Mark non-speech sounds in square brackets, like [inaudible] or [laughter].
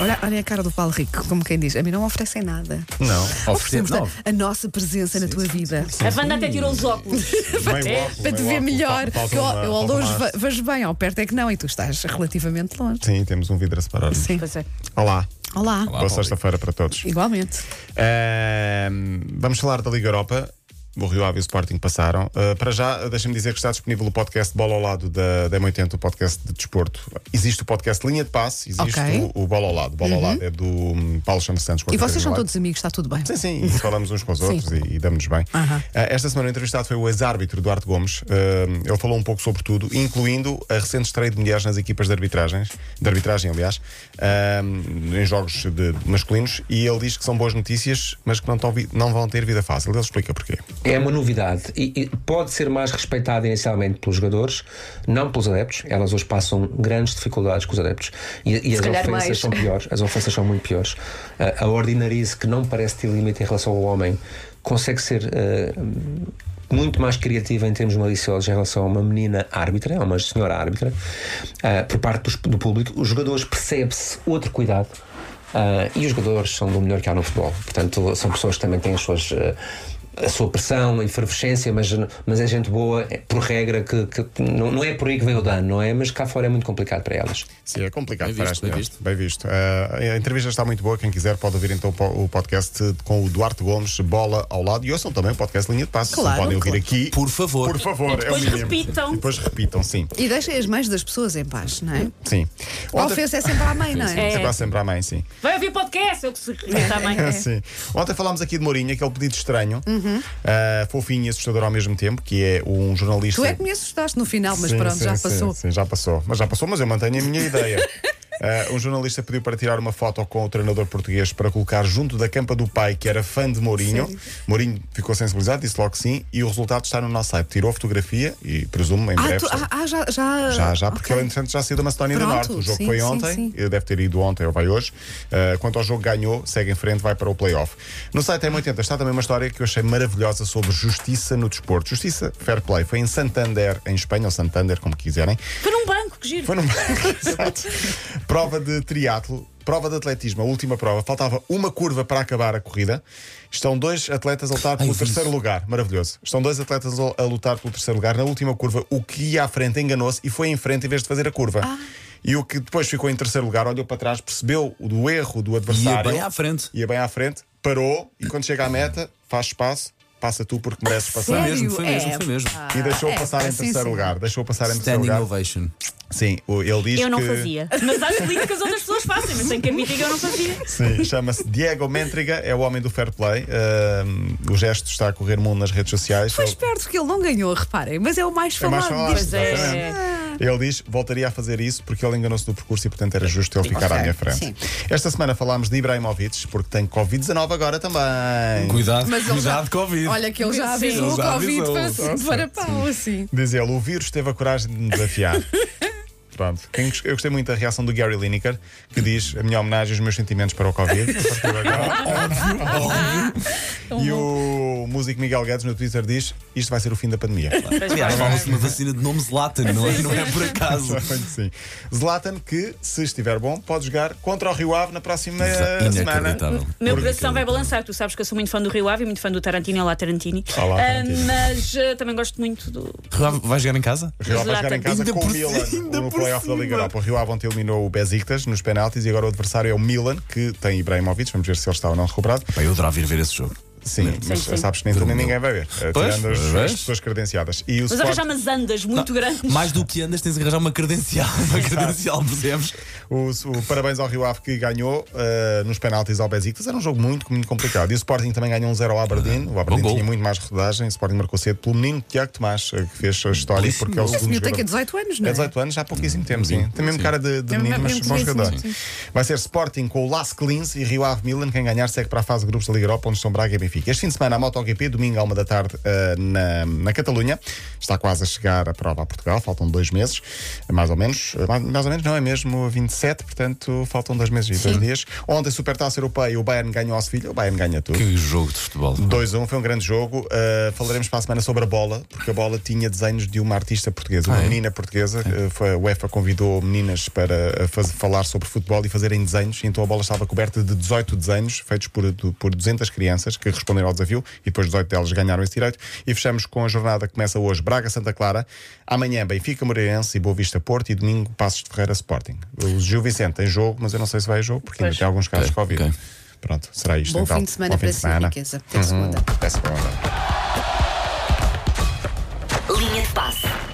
Olha, olha a cara do Paulo Rico, como quem diz. A mim não oferecem nada. Não, [laughs] Oferecemos oferecemos não. a, a nossa presença na tua vida. A Wanda até tirou os óculos. Meio um óculo, É, Para te meio ver óculo, melhor. fal- falta eu, uma- eu ao falta longe uma- ve- vejo bem, ao perto é que não, e tu estás relativamente longe. Sim, temos um vidro a separar. Sim. Pois é. Olá, Olá. boa sexta-feira para todos. Igualmente. Ahm, vamos falar da Liga Europa. O Rio Ave e o Sporting passaram. Ah, para já, deixa-me dizer que está disponível o podcast Bola ao Lado da, da M80, o podcast de desporto. Existe o podcast Linha de Passe, existe Ok. Uhum. o, o Bola ao Lado. Bola ao Lado é do hum, Paulo Santos Santos. E quarta-feira vocês são no ar. todos amigos, está tudo bem. Sim, sim, e falamos uns com os Sim. outros e, e damos-nos bem. Aham. Ah, esta semana o entrevistado foi o ex-árbitro Duarte Gomes. Ah, ele falou um pouco sobre tudo, incluindo a recente estreia de mulheres nas equipas de arbitragens, de arbitragem, aliás, ah, em jogos de masculinos, e ele diz que são boas notícias, mas que não, tão vi- não vão ter vida fácil. Ele explica porquê. É uma novidade e, e pode ser mais respeitada inicialmente pelos jogadores, não pelos adeptos. Elas hoje passam grandes dificuldades com os adeptos e, e as calhar ofensas mais. são piores. As ofensas são muito piores. A, a ordinarice que não parece ter limite em relação ao homem consegue ser eh, muito mais criativa em termos maliciosos em relação a uma menina árbitra, a uma senhora árbitra, ah, por parte dos- do público. Os jogadores percebe-se outro cuidado. Ah, e os jogadores são do melhor que há no futebol. Portanto, são pessoas que também têm as suas. ah, a sua pressão, a efervescência, mas, mas é gente boa, é por regra, que, que não, não é por aí que vem o dano, não é? Mas cá fora é muito complicado para elas. Sim, é complicado Bem para visto, as bem mulheres. visto. Bem visto. Ah, a entrevista está muito boa. Quem quiser pode ouvir então o po- o podcast com o Duarte Gomes, Bola ao Lado. E ouçam também o podcast Linha de Passo. Claro, podem ouvir claro. aqui. Por favor. Por favor, E depois é o mínimo. repitam. E depois repitam, sim. E deixem as mães das pessoas em paz, não é? Sim. A Ontem- ofensa é sempre à mãe, não é? É. É. Sempre, há sempre à mãe, sim. Vai ouvir o podcast, eu que se ri também. [laughs] Sim. Ontem falámos aqui de Mourinho, aquele pedido estranho, Uhum. ah, fofinho e assustador ao mesmo tempo, que é um jornalista. Tu é que me assustaste no final, mas Sim, pronto, sim, já sim, passou. Sim, já passou. Mas já passou, mas eu mantenho a minha ideia. [laughs] Ah, um jornalista pediu para tirar uma foto com o treinador português para colocar junto da campa do pai, que era fã de Mourinho. Mourinho ficou sensibilizado, disse logo que sim, e o resultado está no nosso site. Tirou a fotografia e presumo em Ah, breve. tu- está- ah, ah, já, já. Já, já, porque ok. ele, entretanto, já saiu da Macedónia do Pronto, Norte. O jogo sim, foi sim, ontem, sim. ele deve ter ido ontem ou vai hoje. Uh, quanto ao jogo, ganhou, segue em frente, vai para o playoff. No site M80 está também uma história que eu achei maravilhosa sobre justiça no desporto. Justiça Fair Play. Foi em Santander, em Espanha, ou Santander, como quiserem. Foi num banco, que giro. Foi numa [laughs] Exato. prova de triatlo, prova de atletismo, a última prova. Faltava uma curva para acabar a corrida. Estão dois atletas a lutar pelo eu vi terceiro isso. lugar. Maravilhoso. Estão dois atletas a a lutar pelo terceiro lugar. Na última curva, o que ia à frente enganou-se e foi em frente em vez de fazer a curva. Ah. E o que depois ficou em terceiro lugar olhou para trás, percebeu o do erro do adversário. bem à frente. Ia bem à frente, parou e quando chega à meta, faz espaço, passa tu porque mereces Foi passar. Sério? mesmo, foi mesmo, É. foi mesmo. E deixou é, passar em sim, terceiro sim. lugar. Deixou passar em terceiro Standing lugar. ovation. Sim, o- ele diz Eu não que... fazia. Mas acho lindo que as outras pessoas fazem, mas sem que a mim diga eu não fazia. É. Sim, chama-se Diego Méntriga, é o homem do fair play. Ahm, o gesto está a correr mundo nas redes sociais. Foi Ele- esperto porque ele não ganhou, reparem, mas é o mais É falado. mais falado, disto. Pois é. exatamente. Ele diz voltaria a fazer isso porque ele enganou-se do percurso e, portanto, era justo ele ficar à Ok, minha frente. sim. Esta semana falámos de Ibrahimovic porque tem Covid-19 agora também. Cuidado, Mas ele cuidado já- com o vídeo. Olha que ele já Sim. avisou o Ele já Covid avisou. para, para pau, assim. Diz ele, o vírus teve a coragem de [laughs] me desafiar. Pronto. Quem- Eu gostei muito da reação do Gary Lineker, que diz a minha homenagem e os meus sentimentos para [laughs] o Covid. A partir de agora. E o músico Miguel Guedes no Twitter diz: Isto vai ser o fim da pandemia. [laughs] é. Aliás, fala-se de uma vacina de nome Zlatan, não é, não é por [laughs] acaso. Suponho que Sim. Zlatan, que, se estiver bom, pode jogar contra o Rio Ave na próxima semana. Inacreditável. Meu coração vai balançar, tu sabes que eu sou muito fã do Rio Ave e muito fã do Tarantino, lá Tarantini. Olá, Ah, Tarantino. mas ah, também gosto muito do. Vai- Vai jogar em casa? Rio Ave vai jogar em casa Ainda com o por Milan cima, ainda no por playoff da Liga cima. Europa. O Rio Ave ontem eliminou o Besiktas nos penaltis e agora o adversário é o Milan, que tem Ibrahimovic. Vamos ver se ele está ou não recuperado. Pá, eu adorava ir ver esse jogo. Sim, mas sim. sabes que nem também Dormiu. ninguém vai ver. eh, Pois, tirando as, pois. as pessoas credenciadas. E o Mas Sport- arranjar umas andas muito grandes. Mais do que andas, tens de arranjar uma credencial. [laughs] Uma credencial, percebes? O, o- parabéns ao Rio Ave que ganhou eh, nos penaltis ao Besiktas. Era um jogo muito, muito complicado. E o Sporting também ganhou um 0 ao Aberdeen. O Aberdeen Ah, gol. tinha muito mais rodagem. O Sporting marcou cedo pelo menino Tiago Tomás, eh, que fez a história, Belíssimo porque é o gol. segundo Senhor tem jogador. que 18 anos, não É é? 18 anos, já há pouquíssimo tempo, sim. Tem mesmo cara de, de Tem menino, mas mesmo bom que sim, jogador. sim, Vai ser Sporting com o Las Clins e Rio Ave Milan. Quem ganhar segue para a fase de grupos da Liga Europa, onde estão Braga e Benfica. Este fim de semana a MotoGP, domingo à uma da tarde eh, na, na Catalunha. Está quase a chegar a prova a Portugal, faltam dois meses, mais ou menos. Eh, Mais, mais ou menos, não é mesmo 27, portanto faltam dois meses e dois dias. Ontem, Supertaça Europeia, o Bayern ganhou ao Sevilha, o Bayern ganha tudo. Que jogo de futebol. 2-1, foi um grande jogo. Uh, falaremos para a semana sobre a bola, porque a bola tinha desenhos de uma artista portuguesa, uma Ah, é? menina portuguesa. Uh, foi, a UEFA convidou meninas para uh, faz- falar sobre futebol e fazerem desenhos. Então a bola estava coberta de 18 desenhos, feitos por, du- por 200 crianças que responderam ao desafio e depois 18 delas ganharam esse direito. E fechamos com a jornada que começa hoje: Braga-Santa Clara, amanhã Benfica Moreirense e Boa Vista Porto, e domingo Passos de Ferreira Sporting. O Gil Vicente tem jogo, mas eu não sei se vai a jogo, porque ainda Pois. tem alguns casos de Ok, Covid. ok. Pronto, será isto Bom então. fim de semana para si, riqueza. Uhum. Até segunda. Até segunda. Linha de passe.